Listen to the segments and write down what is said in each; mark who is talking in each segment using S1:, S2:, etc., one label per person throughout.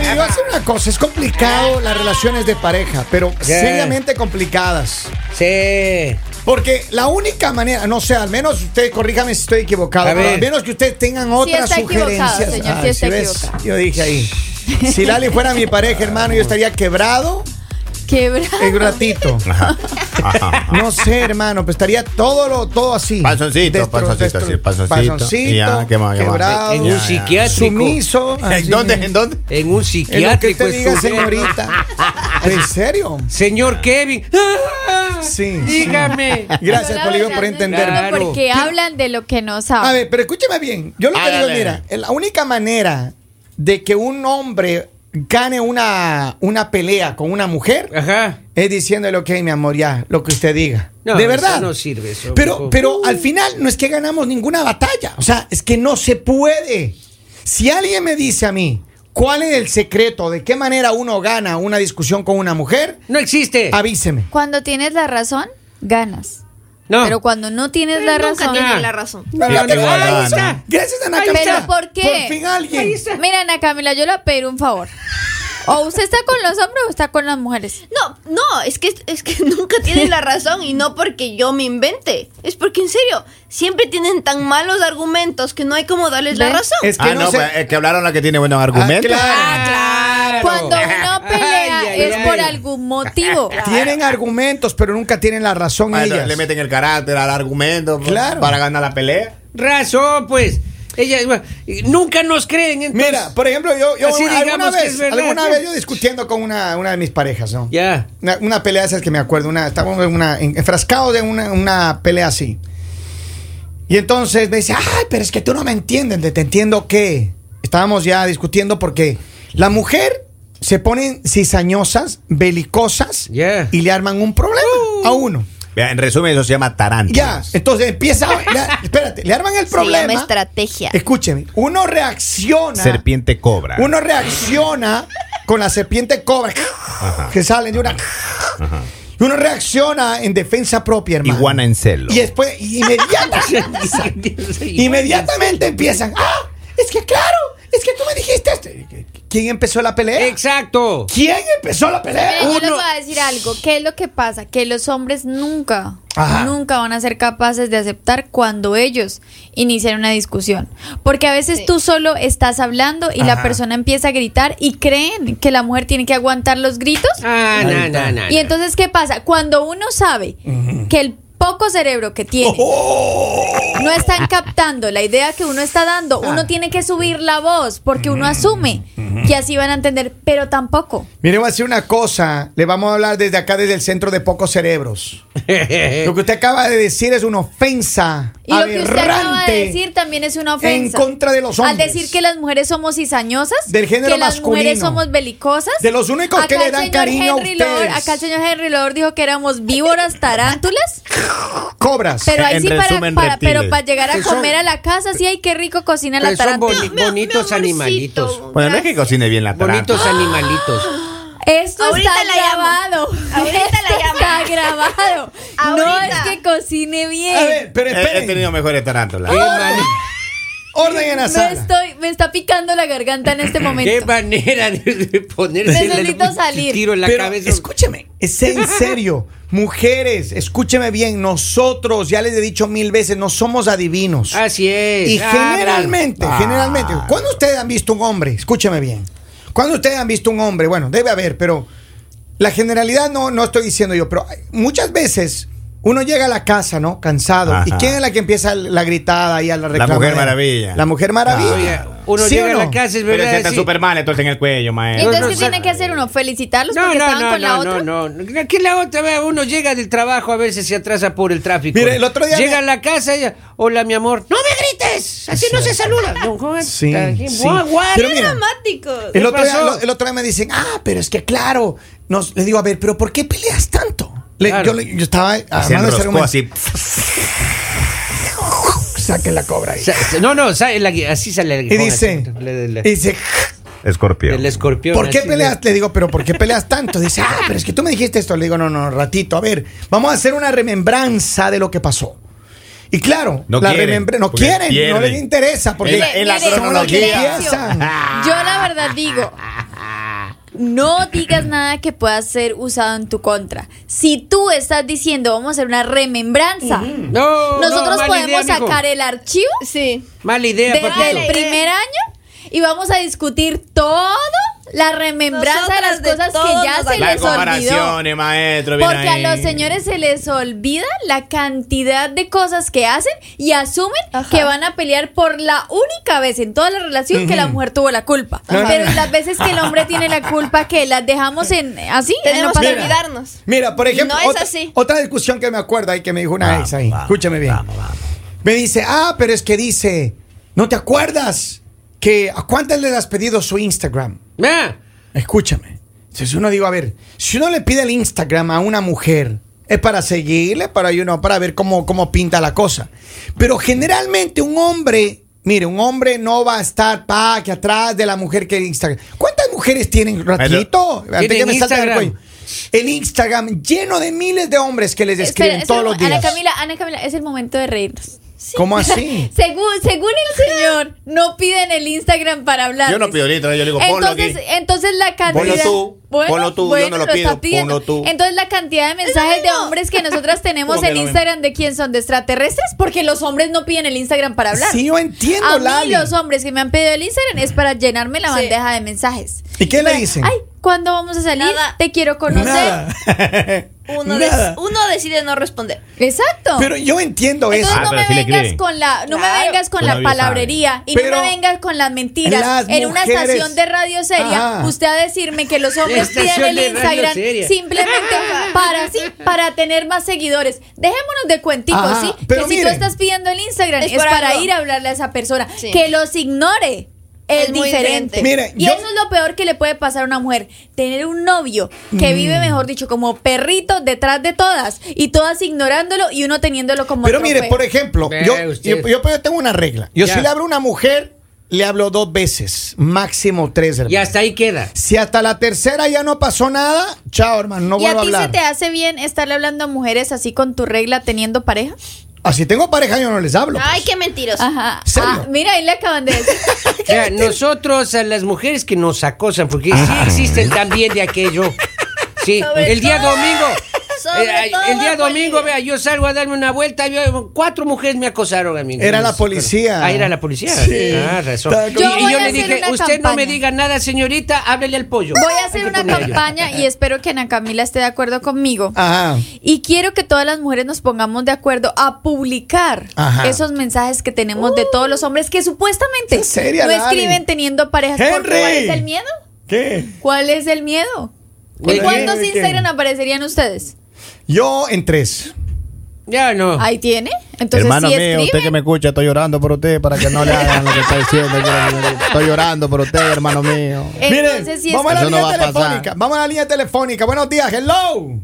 S1: te voy a decir una cosa, es complicado las relaciones de pareja, pero
S2: Yeah.
S1: seriamente complicadas.
S2: Sí.
S1: Porque la única manera, no sé, al menos usted, corríjame si estoy equivocado,
S2: A
S1: pero
S2: ver.
S1: al menos que ustedes tengan otras
S3: está equivocado,
S1: sugerencias.
S3: señor, sí
S1: Ay,
S3: está
S1: ¿sí ves?
S3: equivocado.
S1: Yo dije ahí. Si Lali fuera mi pareja, hermano, yo estaría quebrado
S3: Quebrado.
S1: el ratito. No sé, hermano, pues estaría todo lo, todo así.
S4: Panzoncito,
S1: Destro-
S4: panzoncito,
S1: destro-
S4: sí, panzoncito. Y ya, ¿qué más, qué más?
S1: quebrado,
S2: En un psiquiátrico.
S1: sumiso. así.
S4: ¿En dónde? ¿En dónde?
S2: En
S1: En
S2: un
S1: lo que
S2: psiquiátrico. pues,
S1: usted diga,
S2: estuviera.
S1: señorita. ¿En serio?
S2: Señor Kevin.
S1: Sí,
S2: Dígame.
S1: Gracias, Polivio, por entenderme.
S2: Claro.
S3: Porque hablan de lo que no saben.
S1: A ver, pero escúcheme bien. Yo lo que
S4: Ah,
S1: digo,
S4: dale.
S1: mira, la única manera de que un hombre gane una, una pelea con una mujer
S2: Ajá.
S1: es diciéndole, ok, mi amor, ya, lo que usted diga.
S2: No,
S1: de
S2: eso
S1: verdad.
S2: no sirve, eso,
S1: pero,
S2: viejo.
S1: pero al final no es que ganamos ninguna batalla. O sea, es que no se puede. Si alguien me dice a mí, ¿cuál es el secreto? ¿De qué manera uno gana una discusión con una mujer?
S2: No existe.
S4: Eh.
S1: Avíseme.
S3: Cuando tienes la razón, ganas.
S2: No.
S3: Pero cuando no tienes la
S5: Nunca
S3: razón.
S1: Ah.
S5: tiene la razón.
S2: No,
S1: Ya te-
S4: no,
S1: Ay,
S4: no,
S1: Isa,
S2: no.
S1: Gracias, Ana
S2: Ahí está.
S1: Camila.
S3: ¿Pero por qué?
S1: Por fin alguien.
S2: Ahí está.
S3: Mira, Ana Camila, yo le voy a pedir un favor. O usted está con los hombres o está con las mujeres.
S5: No, no, es que, es que nunca tienen la razón y no porque yo me invente. Es porque en serio, siempre tienen tan malos argumentos que no hay como darles la
S3: ¿Ves?
S5: razón.
S1: Es que
S4: Ah,
S1: no,
S4: no,
S1: se-
S4: pues, es que hablaron la que tiene buenos argumentos.
S1: Ah,
S2: claro.
S3: Cuando uno pelea
S2: Ah, Ay, ay,
S3: es
S2: ay.
S3: por algún motivo.
S1: Tienen argumentos, pero nunca tienen la razón
S4: Ah,
S1: ellas.
S4: Le meten el carácter al argumento pues,
S1: Claro.
S4: para ganar la pelea.
S2: Razón, pues. Ella, bueno, nunca nos creen. Entonces,
S1: Mira, por ejemplo, yo, yo
S2: Así
S1: alguna,
S2: Pues digamos que
S1: vez,
S2: es verdad.
S1: alguna vez yo discutiendo con una, una de mis parejas, ¿no?
S2: Ya.
S1: Una, una pelea de esas que me acuerdo, una, estábamos en una, en- enfrascados de una, una pelea así. Y entonces me dice, ay, pero es que tú no me entiendes, de- te entiendo que estábamos ya discutiendo porque la mujer se ponen cizañosas, belicosas
S2: Ya.
S1: y le arman un problema a uno.
S4: Vea, en resumen, eso se llama
S1: Ya,
S4: tarántulas.
S1: entonces empieza, le- espérate, le arman el
S5: Se
S1: problema.
S5: llama estrategia.
S1: Escúcheme, uno reacciona.
S4: Serpiente cobra.
S1: Uno reacciona con la serpiente cobra que salen de una. Y uno reacciona en defensa propia, hermano.
S4: Iguana en celo.
S1: Y después, inmediatamente, inmediatamente empiezan. ¡Ah! Es que claro, es que tú me dijiste. esto". ¿Quién empezó la pelea?
S2: Exacto.
S1: ¿Quién empezó la
S3: Pero
S1: pelea?
S3: yo les voy a decir algo. ¿Qué es lo que pasa? Que los hombres nunca,
S1: Ajá.
S3: nunca van a ser capaces de aceptar cuando ellos inician una discusión. Porque a veces tú solo estás hablando y la
S1: Ajá.
S3: persona empieza a gritar y creen que la mujer tiene que aguantar los gritos.
S2: Ah, no, no, no.
S3: Y entonces, ¿qué pasa? Cuando uno sabe que el poco cerebro que tiene
S1: Oh.
S3: no están captando la idea que uno está dando,
S1: Ah.
S3: uno tiene que subir la voz porque uno asume que así van a entender, pero tampoco.
S1: Mire, voy a decir una cosa. Le vamos a hablar desde acá, desde el centro de pocos cerebros.
S4: Eh.
S1: Lo que usted acaba de decir es una ofensa
S3: Y lo que usted acaba de
S1: aberrante.
S3: decir también es una ofensa.
S1: en contra de los
S3: Al
S1: hombres.
S3: decir que las mujeres somos cizañosas,
S1: Del género
S3: que las mujeres
S1: masculino.
S3: somos belicosas.
S1: De los únicos que
S3: Acá
S1: le
S3: el
S1: dan
S3: señor
S1: cariño a
S3: Henry Lord-
S1: ustedes.
S3: acá el señor Henry Lord dijo que éramos víboras tarántulas,
S1: Cobras.
S3: pero ahí
S4: En
S3: sí para,
S4: resumen,
S3: para- pero
S4: reptiles.
S3: para llegar a
S1: Que son-
S3: comer a la casa sí hay que rico cocina la
S2: Pero son
S3: tarántula.
S2: boni- bonitos
S5: amorcito.
S2: animalitos.
S4: Bueno, no es que cocine bien la tarántula.
S2: Bonitos animalitos.
S3: Esto
S5: Ahorita
S3: está
S5: la
S3: grabado.
S5: llamo. Ahorita
S3: Esto
S5: la llamo.
S3: está grabado. No
S5: Ahorita.
S3: es que cocine bien.
S1: A ver, pero
S4: He, he
S1: esperen.
S4: tenido mejores tarántulas.
S2: Eh, Qué, man-
S1: Orden en la
S3: no
S1: sala.
S3: estoy, me está picando la garganta en este
S2: qué
S3: momento.
S2: manera de de ponerse
S3: Necesito salir.
S2: tiro en la
S1: Pero
S2: cabeza.
S1: escúchame, es en serio. Mujeres, escúcheme bien. Nosotros, ya les he dicho mil veces, no somos adivinos.
S2: Así es. Ah,
S1: Y
S2: abran.
S1: generalmente,
S4: Ah.
S1: generalmente, ¿cuándo ustedes han visto un hombre? Escúchame bien. ¿Cuándo ustedes han visto un hombre? Bueno, debe haber, pero la generalidad no, no estoy diciendo yo, pero muchas veces uno llega a la casa, ¿no? Cansado. ¿Y
S4: Ajá.
S1: quién es la que empieza la gritada y a la reclamada?
S4: Mujer Maravilla.
S1: La Mujer Maravilla.
S2: Oye, uno
S1: ¿Sí
S2: llega
S1: o
S2: a
S1: no?
S2: la casa, es
S4: Pero
S2: verdad.
S4: se están
S2: sí.
S4: Superman entonces en el cuello, maestro.
S3: Entonces,
S2: Eh, no,
S3: ¿qué
S2: no,
S3: tiene
S2: no.
S3: que hacer uno? ¿Felicitarlos
S2: No,
S3: porque
S2: no,
S3: estaban
S2: no,
S3: con la otra?
S2: no, no, no. Aquí la otra, vez uno llega del trabajo a veces se atrasa por el tráfico.
S1: Mire, el otro día
S2: Llega
S1: me-
S2: a la casa y ella, hola mi amor, no me grites, así no se saluda. No, ¿cómo es?
S1: Sí,
S2: Aquí,
S1: sí.
S2: guau, guau.
S1: Pero
S5: Qué
S1: mira,
S5: dramáticos.
S1: El otro, día,
S2: pasó?
S1: lo- el otro día me dicen, ah, pero es que claro. Nos, le digo, a ver, pero ¿por qué peleas tanto? Le-
S2: Claro.
S1: yo, le- yo estaba
S4: Se
S1: armando ese
S4: enroscó
S1: argumento.
S4: así.
S1: Saquen la cobra ahí.
S2: Sa- sa- No, no, sa- la- así sale el
S1: Y dice,
S2: así, le- le-
S1: y dice,
S4: Escorpión.
S2: el escorpión.
S1: ¿por qué
S2: así,
S1: peleas? Le digo, pero ¿por qué peleas tanto? Dice, ah, pero es que tú me dijiste esto. Le digo, no, no, ratito, a ver, vamos a hacer una remembranza de lo que pasó. Y claro,
S4: No
S1: la
S4: quieren,
S1: remembra- no
S4: porque
S1: quieren, no
S4: pierden.
S1: les interesa, porque
S4: En la- en la
S1: son los que
S4: cronología.
S1: empiezan.
S3: Yo la verdad digo, no digas nada que pueda ser usado en tu contra. Si tú estás diciendo, vamos a hacer una remembranza,
S2: No,
S3: nosotros
S2: no, mala idea,
S3: podemos
S2: mijo.
S3: sacar el archivo
S5: Sí.
S2: Mala idea,
S3: desde
S2: papito.
S3: el primer año y vamos a discutir todo la remembranza
S5: Nosotras
S3: de
S5: de
S3: las cosas
S5: todo
S3: que ya
S5: nos
S3: se
S4: Las
S3: les olvidó.
S4: comparaciones, maestro. bien
S3: Porque a
S4: ahí.
S3: los señores se les olvida la cantidad de cosas que hacen y asumen que van a pelear por la única vez en toda la relación que la mujer tuvo la culpa.
S1: No, no,
S3: Pero
S1: no.
S3: ¿y las veces que el hombre tiene la culpa que las dejamos en así, no
S5: Tenemos
S3: pasa
S5: que
S3: nada.
S5: olvidarnos.
S1: Mira, por ejemplo,
S5: No es
S1: otra,
S5: así.
S1: otra discusión que me acuerdo ahí que me dijo una
S4: Vamos,
S1: ex Ah, ahí.
S4: vamos,
S1: Escúchame bien.
S4: Ah, vamos, vamos.
S1: Me dice, ah, pero es que dice, ¿no te acuerdas que a cuántas le has pedido su Instagram?
S2: Ah,
S1: Escúchame. Si uno digo, a ver, si uno le pide el Instagram a una mujer, es para seguirle, para uno, para ver cómo, cómo pinta la cosa. Pero generalmente un hombre, mire, un hombre no va a estar pa, que atrás de la mujer que el Instagram. ¿Cuántas mujeres tienen ratito? Antes
S2: Tienen
S1: que me salten
S2: Instagram.
S1: el, cuello. El Instagram lleno de miles de hombres que les
S3: Eh, Espera,
S1: escriben
S3: es
S1: todos
S3: el
S1: los
S3: mo-
S1: días.
S3: Ana Camila, Ana Camila, es el momento de reírnos.
S1: ¿Cómo así?
S3: Según, según el señor, no piden el Instagram para hablar.
S4: Yo no pido el Instagram, yo le digo, ponlo
S3: entonces,
S4: aquí.
S3: entonces la cantidad.
S4: Ponlo tú, ponlo tú, yo no lo pido,
S3: está pidiendo.
S4: ponlo tú.
S3: Entonces la cantidad de mensajes de hombres que nosotras tenemos
S4: ¿Cómo que
S3: en
S4: no?
S3: Instagram de quién son de extraterrestres, porque los hombres no piden el Instagram para hablar.
S1: Sí, yo entiendo,
S3: A mí
S1: Lali.
S3: los hombres que me han pedido el Instagram es para llenarme la
S5: Sí.
S3: bandeja de mensajes.
S1: ¿Y qué le dicen?
S3: Ay, ¿cuándo vamos a salir?
S5: Nada.
S3: Te quiero conocer.
S1: Nada.
S5: Uno,
S1: Nada.
S5: dec- uno decide no responder.
S3: Exacto.
S1: Pero yo entiendo eso.
S3: Entonces
S4: Ah,
S3: no
S4: pero
S3: me
S4: sí le
S3: vengas
S4: escriben.
S3: con la, no me
S5: Claro.
S3: vengas con
S4: Tú
S3: la
S4: no bien
S3: palabrería y
S1: Pero
S3: no me vengas con las mentiras.
S1: las
S3: En una
S1: mujeres-
S3: estación de radio seria,
S1: Ajá.
S3: usted a decirme que los hombres piden
S2: Estación
S3: el
S2: de radio
S3: Instagram
S2: seria.
S3: simplemente para sí, para tener más seguidores. Dejémonos de cuenticos,
S1: Ajá,
S3: ¿sí?
S1: pero
S3: que si tú
S1: miren.
S3: estás pidiendo el Instagram es,
S5: Es por
S3: para
S5: algo.
S3: ir a hablarle a esa persona,
S5: Sí.
S3: que los ignore. Es,
S5: Es muy
S3: diferente.
S5: diferente.
S1: Mire,
S3: y
S1: yo-
S3: eso es lo peor que le puede pasar a una mujer. Tener un novio
S1: Mm.
S3: que vive, mejor dicho, como perrito detrás de todas y todas ignorándolo y uno teniéndolo como
S1: Pero
S3: trofeo.
S1: mire, por ejemplo,
S2: Ve
S1: yo,
S2: usted.
S1: yo- yo- pero tengo una regla. Yo
S2: Ya.
S1: si le hablo a una mujer, le hablo dos veces, máximo tres, hermano.
S2: y hasta ahí queda.
S1: Si hasta la tercera ya no pasó nada, chao, hermano, no
S3: ¿Y a
S1: vuelvo a
S3: ti se
S1: hablar.
S3: te hace bien estarle hablando a mujeres así con tu regla teniendo pareja?
S1: Así tengo pareja, yo no les hablo. pues.
S5: Ay, qué mentiroso.
S3: Ajá.
S1: ¿Serio?
S3: Ah, mira, ahí le acaban de decir.
S2: Mira, nosotros a las mujeres que nos acosan, porque sí existen también de aquello. Sí,
S5: Sobre
S2: el día
S5: todo-
S2: domingo.
S5: sobre
S2: eh, ay,
S5: todo
S2: el día
S5: la
S2: domingo,
S5: policía.
S2: vea, yo salgo a darme una vuelta, yo- cuatro mujeres me acosaron a mí.
S1: Era la
S2: Entonces,
S1: policía.
S2: Ah, era la policía.
S1: Sí.
S2: Ah, razón.
S1: Estaba
S2: Y-
S1: con-
S3: Yo
S2: Y,
S3: voy
S2: yo
S3: a
S2: le
S3: hacer
S2: dije,
S3: una
S2: usted no me
S3: campaña.
S2: diga nada, señorita, háblele al pollo.
S3: Voy a
S2: Hay
S3: hacer
S2: que
S3: una
S2: ponerlo.
S3: campaña y espero que Ana Camila esté de acuerdo conmigo.
S1: Ajá.
S3: Y quiero que todas las mujeres nos pongamos de acuerdo a publicar
S1: Ajá.
S3: esos mensajes que tenemos de todos los hombres que supuestamente
S1: ¿En serio,
S3: no
S1: Lali?
S3: escriben teniendo parejas. Porque,
S1: Henry.
S3: ¿Cuál es el miedo?
S1: ¿Qué?
S3: ¿Cuál es el miedo?
S2: ¿De
S3: ¿En
S2: qué?
S3: cuántos
S1: ¿De qué?
S3: Instagram aparecerían ustedes?
S1: Yo en tres.
S2: Ya no.
S3: Ahí tiene. Entonces
S4: Hermano
S3: sí
S4: mío, usted que
S3: escriben.
S4: me escucha, estoy llorando por usted para que no le hagan lo que está diciendo. Estoy llorando por usted, hermano mío.
S1: Miren,
S3: Entonces sí
S1: vamos a la
S4: Eso no
S1: línea
S4: va a pasar.
S1: telefónica. Vamos a la línea telefónica. Buenos días, hello.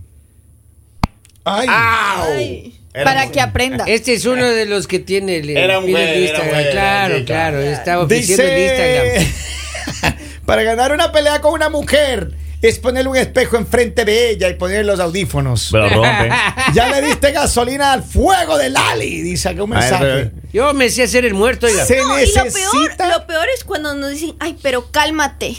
S1: Ay.
S5: Ah, Ay.
S3: para que aprenda.
S2: Este es uno de los que tiene el,
S4: Era
S2: tiene el
S4: mujer, era
S2: Instagram.
S4: mujer,
S2: claro,
S4: chica.
S2: claro, estaba ofreciendo el Instagram.
S1: Dice. Para ganar una pelea con una mujer es ponerle un espejo enfrente de ella y poner los audífonos.
S4: Pero rompe.
S1: Ya le diste gasolina al fuego de Lali, dice acá un mensaje.
S2: Yo me sé hacer el muerto, oiga.
S1: Se
S5: No, y lo peor,
S1: necesita.
S5: lo peor es cuando nos dicen, ay, pero cálmate.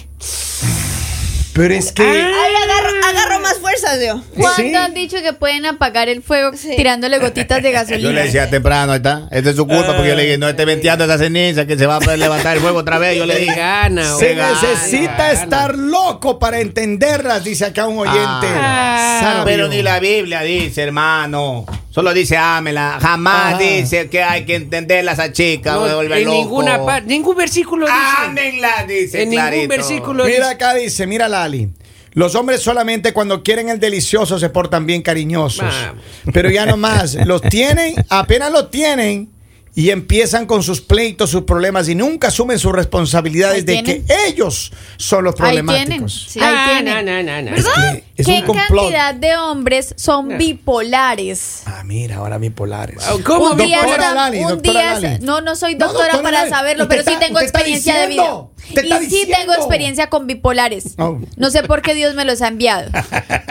S1: Pero es que.
S5: Ahí agarro, agarro más fuerzas yo.
S3: ¿Cuánto
S1: Sí.
S3: han dicho que pueden apagar el fuego tirándole gotitas de gasolina?
S4: Yo le decía temprano, ahí está. Esta es su culpa porque yo le dije, no esté venteando esa ceniza que se va a levantar el fuego otra vez. Yo le
S2: Le
S4: dije.
S2: gana,
S1: Se
S2: oiga,
S1: necesita
S2: le
S1: estar loco para entenderlas, dice acá un oyente.
S2: Ah,
S1: Sabio.
S4: Pero ni la Biblia dice, hermano. Solo dice ámela. Jamás
S1: Ah.
S4: dice que hay que entenderla a esa chica.
S2: No,
S4: me vuelve
S2: en
S4: loco.
S2: ninguna parte, ningún versículo dice.
S4: Ámenla, dice.
S2: En ningún
S4: clarito.
S2: versículo.
S1: Mira acá dice, mira Lali. Los hombres solamente cuando quieren el delicioso se portan bien cariñosos.
S2: Vamos.
S1: Pero ya no más. Los tienen, apenas los tienen y empiezan con sus pleitos, sus problemas y nunca asumen sus responsabilidades
S3: Ahí
S1: de que
S3: tienen.
S1: ellos son los
S3: Ahí tienen.
S1: problemáticos.
S3: Ahí
S2: Ah,
S3: tienen.
S2: no, no, no, no.
S1: Es que es
S3: ¿Qué
S1: un complot.
S3: cantidad de hombres son
S2: No.
S3: bipolares?
S1: Ah, mira, ahora bipolares.
S2: Ah, ¿Cómo
S3: un
S2: bipolar?
S3: día
S1: Doctora
S3: está-
S1: Lali,
S3: un
S1: doctora
S3: día
S1: Lali.
S3: no, no soy
S1: No,
S3: doctora
S1: doctora
S3: para
S1: Lali,
S3: saberlo,
S1: usted
S3: pero sí
S1: está-
S3: tengo
S1: usted está
S3: experiencia de vida.
S1: diciendo. Te está
S3: y sí
S1: diciendo.
S3: tengo experiencia con bipolares.
S1: Oh.
S3: No sé por qué Dios me los ha enviado.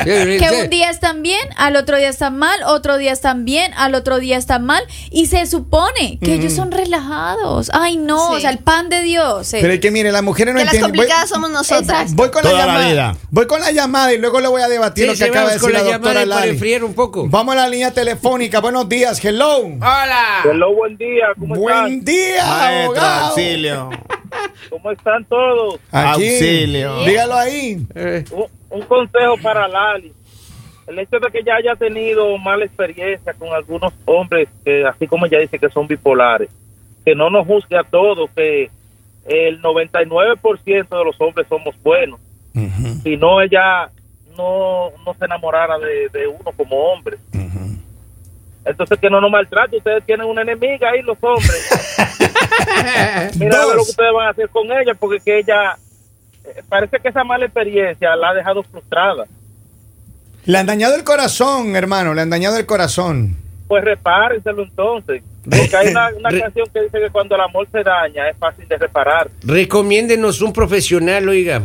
S3: Que un día están bien, al otro día están mal, otro día están bien, al otro día están mal. Y se supone que
S1: Mm.
S3: ellos son relajados. Ay, no,
S5: Sí.
S3: o sea, el pan de Dios. eh.
S1: Pero es que mire, las mujeres no
S5: Que las
S1: entienden. Voy-
S5: complicadas somos nosotras.
S3: Exacto.
S1: Voy con la
S4: Toda la
S1: llamada.
S4: vida.
S1: Voy con la llamada y luego le voy a debatir
S2: Sí,
S1: lo que acaba de
S2: llevamos
S1: decir
S2: con
S1: la,
S2: la
S1: doctora
S2: llamada y para
S1: Lali.
S2: enfriar un poco.
S1: Vamos a la línea telefónica. Buenos días. Hello.
S2: ¡Hola!
S6: Hello, buen día, ¿cómo
S1: Buen
S6: están?
S1: día,
S4: Maestro,
S1: abogado.
S4: auxilio.
S6: ¿Cómo están todos?
S1: Aquí.
S4: Auxilio.
S1: Dígalo ahí.
S2: Eh,
S6: Un, un consejo para Lali. El hecho de que ella haya tenido mala experiencia con algunos hombres, que, así como ella dice que son bipolares, que no nos juzgue a todos, que el 99% de los hombres somos buenos. Si no, ella no, no se enamorara de, de uno como hombre. Entonces que no nos maltrate, ustedes tienen una enemiga ahí los hombres. Mira a ver lo que
S1: Dos.
S6: ustedes van a hacer con ella, porque que ella eh, parece que esa mala experiencia la ha dejado frustrada.
S1: Le han dañado el corazón, hermano. Le han dañado el corazón.
S6: Pues repárenselo entonces. Porque hay una, una canción que dice que cuando el amor se daña es fácil de reparar.
S2: recomiéndenos un profesional, oiga.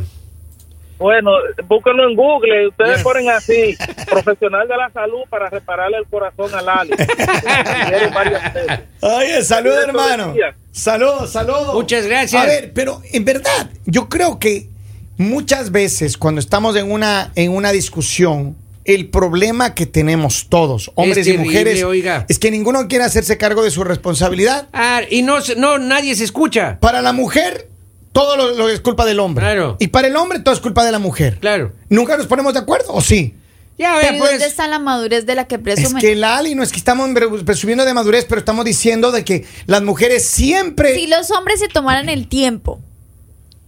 S6: Bueno, búsquenlo en Google, ustedes
S2: Ya.
S6: ponen así, profesional de la salud para repararle el corazón a Lali. Quiere varias veces.
S1: Oye, salud,
S6: Cuídate,
S1: hermano.
S6: buen día.
S1: Saludos, saludos.
S2: Muchas gracias.
S1: A ver, pero en verdad, yo creo que muchas veces cuando estamos en una, en una discusión, el problema que tenemos todos, hombres
S2: terrible,
S1: y mujeres,
S2: oiga.
S1: es que ninguno quiere hacerse cargo de su responsabilidad.
S2: Ah, y no, se- no, nadie se escucha.
S1: Para la mujer, todo lo, lo es culpa del hombre.
S2: Claro.
S1: Y para el hombre, todo es culpa de la mujer.
S2: Claro.
S1: ¿Nunca nos ponemos de acuerdo o sí?
S2: Ya, a
S3: Pero
S2: ver,
S3: ¿y
S2: pues.
S3: ¿dónde está la madurez de la que
S1: Es
S3: presumen?
S1: que Lali, no es que estamos pre- presumiendo de madurez, pero estamos diciendo de que las mujeres siempre...
S3: Si los hombres se tomaran el tiempo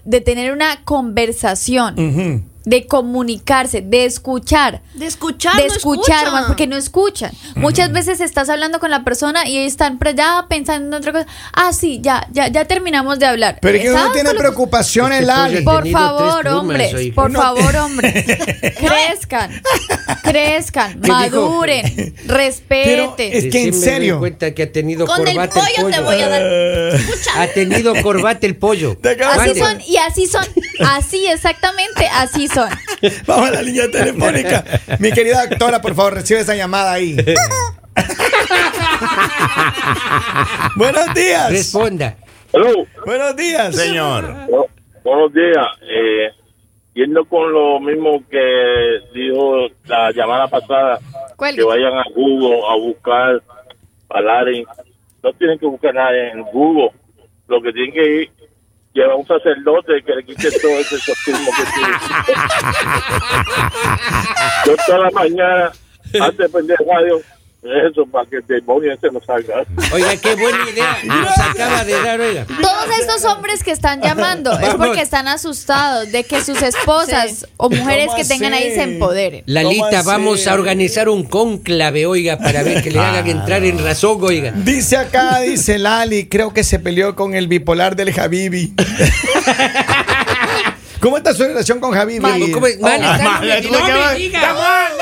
S3: de tener una conversación,
S1: Ujú.
S3: de comunicarse, de escuchar,
S5: De escuchar,
S3: de
S5: no
S3: escuchar
S5: escuchan.
S3: más porque no escuchan. Muchas veces estás hablando con la persona y ellos están pre- ya pensando en otra cosa. Ah, sí, ya, ya, ya terminamos de hablar.
S1: Pero es que uno
S3: Estabas
S1: tiene
S3: con lo que-
S1: preocupaciones,
S2: Es que
S1: Lali.
S2: pollo- Tenido
S3: Por
S2: tres
S3: favor,
S2: plumas,
S3: hombres,
S2: oiga.
S3: por
S1: No.
S3: favor, hombres, crezcan, crezcan,
S2: eh. dijo?
S3: maduren,
S1: Pero
S3: respeten.
S1: es que en
S2: Sí me
S1: serio.
S2: doy cuenta que ha tenido
S5: Con el
S2: corbata
S5: pollo te voy a dar. Escucha.
S2: Ha tenido corbata el pollo.
S1: Te acabo Mande.
S3: Así son y así son, así exactamente, así son.
S1: Vamos a la línea telefónica. Mi querida doctora, por favor, recibe esa llamada ahí. Buenos días.
S2: Responda.
S7: Hello.
S1: Buenos días.
S4: Señor.
S7: Bu- Buenos días. Eh, yendo con lo mismo que dijo la llamada pasada,
S3: Cuelgue.
S7: que vayan a Google a buscar palabras. No tienen que buscar nada en Google. Lo que tienen que ir lleva un sacerdote que le quite todo ese exorcismo que tiene. Yo toda la mañana, antes de prender el radio, eso para que el demonio ese no salga.
S2: Oiga, qué buena idea. Nos acaba de dar, oiga.
S3: Todos estos hombres que están llamando es
S2: Vamos.
S3: porque están asustados de que sus esposas
S5: Sí.
S3: o mujeres
S1: ¿Cómo
S3: que tengan ahí
S1: así?
S3: se empoderen.
S1: ¿Cómo
S2: Lalita,
S1: así?
S2: vamos a organizar un cónclave, oiga, para ver que le
S1: Ah.
S2: hagan entrar en razón, oiga.
S1: Dice acá, dice Lali, creo que se peleó con el bipolar del Habibi. ¿Cómo está su relación con Habibi?
S3: Mal.
S2: ¿Cómo es? Mal, está- no me diga.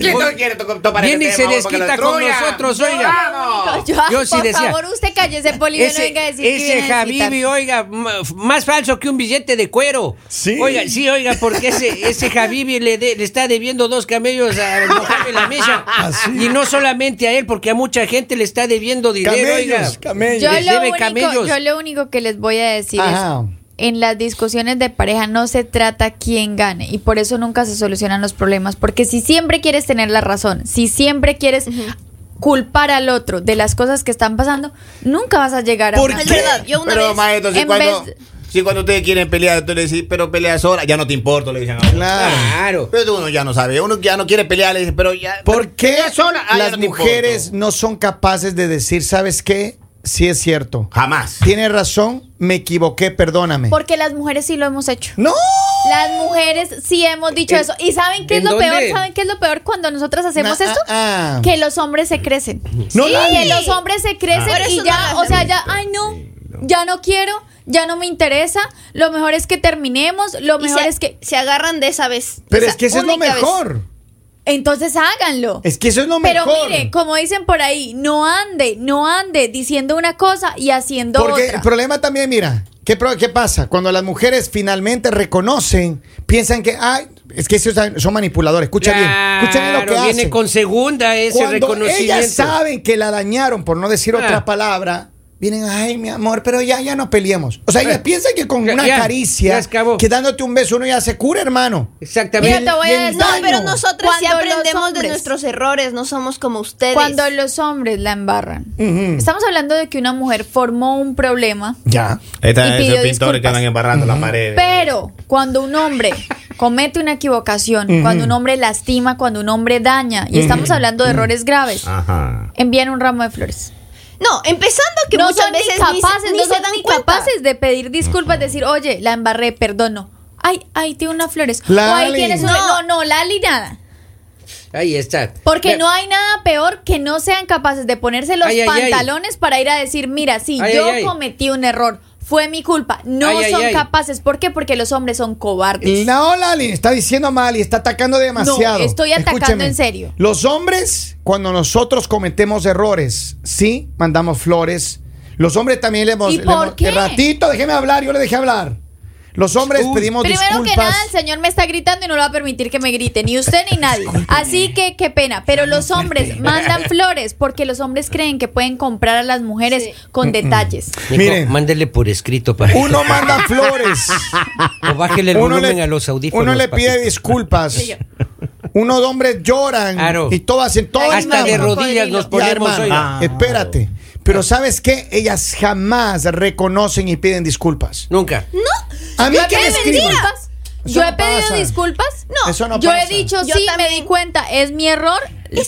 S4: ¿Quién no quiere to- tomar
S2: Viene y se
S4: este tema?
S2: les
S4: Porque lo
S2: quita con
S4: destruyan.
S2: nosotros, oiga.
S4: ¡Vamos!
S3: Yo,
S2: Yo sí
S3: por
S2: decía-
S3: favor, usted cállese, Poli, no
S2: Ese,
S3: venga a decir que
S2: ese
S3: viene a
S2: Habibi,
S3: visitar.
S2: oiga, ma- más falso que un billete de cuero.
S1: Sí.
S2: Oiga, sí, oiga, porque ese, ese Habibi le, de- le está debiendo dos camellos a Mohamed la mesa.
S1: Así.
S2: Y no solamente a él, porque a mucha gente le está debiendo dinero, oiga.
S1: Camellos, Eh, camellos.
S3: Yo
S2: Les
S3: lo,
S2: debe
S3: único,
S2: camellos.
S3: yo lo único que les voy a decir
S1: Ajá.
S3: es, en las discusiones de pareja no se trata quién gane y por eso nunca se solucionan los problemas, porque si siempre quieres tener la razón, si siempre quieres culpar al otro de las cosas que están pasando, nunca vas a llegar a
S1: ¿Por
S3: una-
S5: Es verdad, yo una
S4: Pero
S5: vez.
S4: maestro, si
S3: en
S4: cuando,
S3: vez-
S4: si cuando ustedes quieren pelear, tú le decís, pero peleas ahora, ya no te importo, le dicen a uno.
S1: Claro.
S2: Claro.
S4: Pero uno ya no sabe, uno ya no quiere pelear, le dice, pero ya.
S1: ¿Por qué
S4: ya sola? Ah, ya
S1: las
S4: no te importo.
S1: mujeres no son capaces de decir, ¿sabes qué? Sí es cierto.
S4: Jamás.
S1: Tienes razón, me equivoqué, perdóname.
S3: Porque las mujeres sí lo hemos hecho.
S1: ¡No!
S3: Las mujeres sí hemos dicho eso. ¿Y saben qué es
S2: en
S3: lo
S2: dónde?
S3: peor? ¿Saben qué es lo peor cuando nosotras hacemos
S1: Na-
S3: esto?
S1: ah, ah.
S3: Que los hombres se crecen.
S1: No, Ah.
S3: Sí,
S1: Lali.
S3: que los hombres se crecen
S5: Por eso
S3: y
S5: no
S3: ya,
S5: las
S3: o sea, ya, ay no, ya no quiero, ya no me interesa, lo mejor es que terminemos, lo
S5: Y
S3: mejor
S5: se,
S3: es que...
S5: se agarran de esa vez.
S1: Pero
S5: Esa
S1: es que eso es lo
S5: única vez.
S1: mejor.
S3: entonces háganlo.
S1: Es que eso es lo
S3: Pero
S1: mejor.
S3: mire, como dicen por ahí, no ande, no ande diciendo una cosa y haciendo
S1: Porque
S3: otra.
S1: el problema también, mira, ¿qué, pro- ¿qué pasa? Cuando las mujeres finalmente reconocen, piensan que, ay, es que esos son manipuladores. Escucha bien, escucha bien lo que
S2: Claro, viene
S1: hacen.
S2: con segunda ese
S1: Cuando
S2: reconocimiento.
S1: ellas saben que la dañaron, por no decir
S2: Ah.
S1: otra palabra, vienen, ay, mi amor, pero ya, ya no peleemos. O sea, ellas
S2: Ah.
S1: piensan que con
S2: Ya,
S1: una
S2: ya,
S1: caricia,
S2: ya se acabó.
S1: que dándote un beso uno ya se cura, hermano.
S2: Exactamente.
S3: Mira, te voy
S1: y
S3: a
S1: el
S3: decir-
S5: No,
S1: daño.
S5: pero nosotros sí
S3: Cuando los
S5: aprendemos de
S3: hombres-
S5: nuestros errores, no somos como ustedes.
S3: Cuando los hombres la embarran. Estamos hablando de que una mujer formó un problema,
S1: Ya.
S3: Y
S4: Esta es
S3: pidió
S4: el pintor que
S3: disculpas.
S4: andan embarrando la pared.
S3: pero cuando un hombre comete una equivocación, cuando un hombre lastima, cuando un hombre daña, y estamos hablando de errores graves,
S4: Ah. Ajá.
S3: envían un ramo de flores.
S5: No, empezando que
S3: no
S5: muchas
S3: son
S5: veces
S3: veces
S5: ni,
S3: capaces,
S5: se- ni
S3: no
S5: se
S3: son
S5: dan
S3: ni
S5: cuenta.
S3: capaces de pedir disculpas, decir, oye, la embarré, perdono. Ay, ay, tiene unas flores. O ahí
S1: Lali.
S3: tienes una- No,
S5: No.
S3: no, Lali nada.
S2: Ahí está.
S3: Porque
S2: Pero-
S3: no hay nada peor que no sean capaces de ponerse los
S2: Ay, ay, ay.
S3: pantalones para ir a decir, mira, sí,
S2: Ay,
S3: yo
S2: ay, ay.
S3: cometí un error, fue mi culpa. No
S2: Ay, ay,
S3: son
S2: ay.
S3: capaces. ¿Por qué? Porque los hombres son cobardes.
S1: No, Lali, está diciendo mal y está atacando demasiado.
S3: No, estoy atacando
S1: Escúcheme.
S3: en serio.
S1: Los hombres, cuando nosotros cometemos errores, sí, mandamos flores. Los hombres también le hemos...
S3: ¿Y
S1: le
S3: por
S1: hemos-
S3: qué?
S1: de ratito, déjeme hablar, yo le dejé hablar. Los hombres
S2: Uy.
S1: pedimos
S3: Primero
S1: disculpas.
S3: que nada, el señor me está gritando y no lo va a permitir que me grite, ni usted ni nadie. Así que qué pena. Pero los hombres mandan flores porque los hombres creen que pueden comprar a las mujeres
S5: Sí.
S1: Mm,
S3: con detalles.
S2: Nico,
S1: Miren.
S2: mándele por escrito para
S1: Uno manda flores.
S2: o bájele el volumen a los audífonos.
S1: uno le pide
S2: papito.
S1: disculpas. Unos hombres lloran
S2: Claro.
S1: y todo hacen todo
S3: Ay,
S1: el
S2: Hasta de
S1: drama.
S2: rodillas nos
S1: Ya,
S2: ponemos
S1: hermano,
S2: hoy.
S4: Ah.
S1: espérate. Pero ¿sabes qué? Ellas jamás reconocen y piden disculpas.
S2: Nunca.
S1: A mí
S3: Yo he
S1: que me
S3: pedido
S1: escriban.
S3: disculpas.
S1: Eso
S3: Yo
S1: no
S3: he pedido
S1: pasa.
S3: disculpas.
S1: No. Eso no
S3: yo
S1: pasa.
S3: he dicho
S5: Yo
S3: sí, me
S5: también.
S3: di cuenta, es mi error,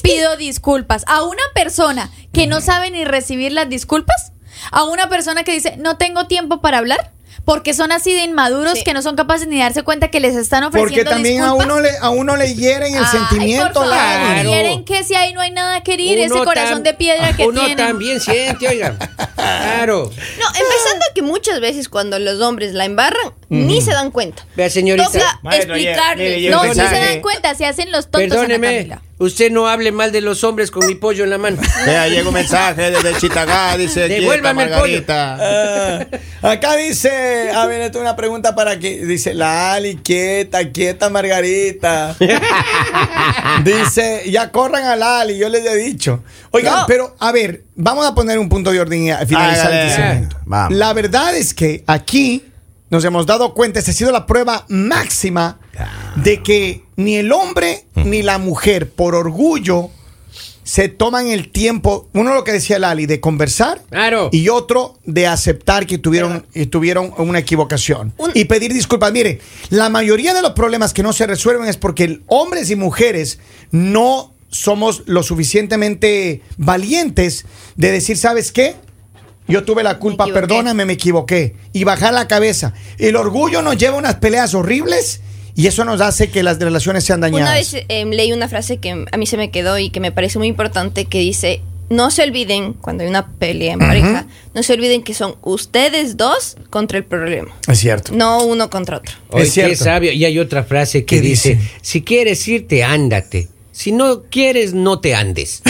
S3: pido disculpas. A una persona que no sabe ni recibir las disculpas, a una persona que dice no tengo tiempo para hablar, porque son así de inmaduros
S5: Sí.
S3: que no son capaces ni de darse cuenta que les están ofreciendo
S1: Porque también a
S3: disculpas.
S1: uno le a uno le hieren el
S3: Ay,
S1: sentimiento.
S3: por favor,
S1: Lali.
S2: Claro.
S3: Quieren que si ahí no hay nada que herir,
S2: Uno
S3: ese corazón
S2: tam-
S3: de piedra que
S2: Uno
S3: tienen.
S2: también siente, oiga. Claro.
S5: No,
S3: Ah.
S5: empezando que muchas veces cuando los hombres la embarran, ni se dan cuenta.
S2: Vea, señorita.
S5: Toca
S4: Maestro, ya-
S5: explicarles.
S4: mire, ya
S3: No,
S2: Yo
S3: si se
S2: pensaba
S3: dan
S4: que-
S3: cuenta, se hacen los tontos. Ana
S2: Perdóneme,
S3: Camila.
S2: usted no hable mal de los hombres con mi pollo en la mano.
S4: Vea, llega un mensaje desde Chitagá, dice aquí está
S2: Devuélvame el pollo.
S4: Margarita.
S1: Acá dice, a ver, esto es una pregunta para que dice Lali, quieta, quieta Margarita. dice, ya corran a Lali, yo les he dicho. Oigan,
S5: No.
S1: pero a ver, vamos a poner un punto de orden y a finalizar
S4: Hágale. Eh.
S1: este segmento.
S4: Vamos.
S1: La verdad es que aquí nos hemos dado cuenta, esta ha sido la prueba máxima
S4: Ah.
S1: de que ni el hombre ni la mujer por orgullo se toman el tiempo, uno lo que decía Lali, de
S4: Ah.
S1: conversar
S2: Claro.
S1: y otro de aceptar que tuvieron, y tuvieron una equivocación
S5: Un-
S1: y pedir disculpas. Mire, la mayoría de los problemas que no se resuelven es porque el- hombres y mujeres no somos lo suficientemente valientes de decir, ¿sabes qué? Yo tuve la culpa,
S5: equivoqué.
S1: perdóname, me equivoqué. Y bajar la cabeza. El orgullo nos lleva a unas peleas horribles y eso nos hace que las relaciones sean dañadas.
S5: Una vez eh, leí una frase que a mí se me quedó y que me parece muy importante que dice, no se olviden, cuando hay una pelea en pareja, no se olviden que son ustedes dos contra el problema,
S1: Es cierto.
S5: no uno contra otro.
S2: Oye,
S1: Es cierto.
S2: Qué sabio. Y hay otra frase que
S1: ¿Qué
S2: dice,
S1: dice?
S2: si quieres irte, ándate. Si no quieres, no te andes.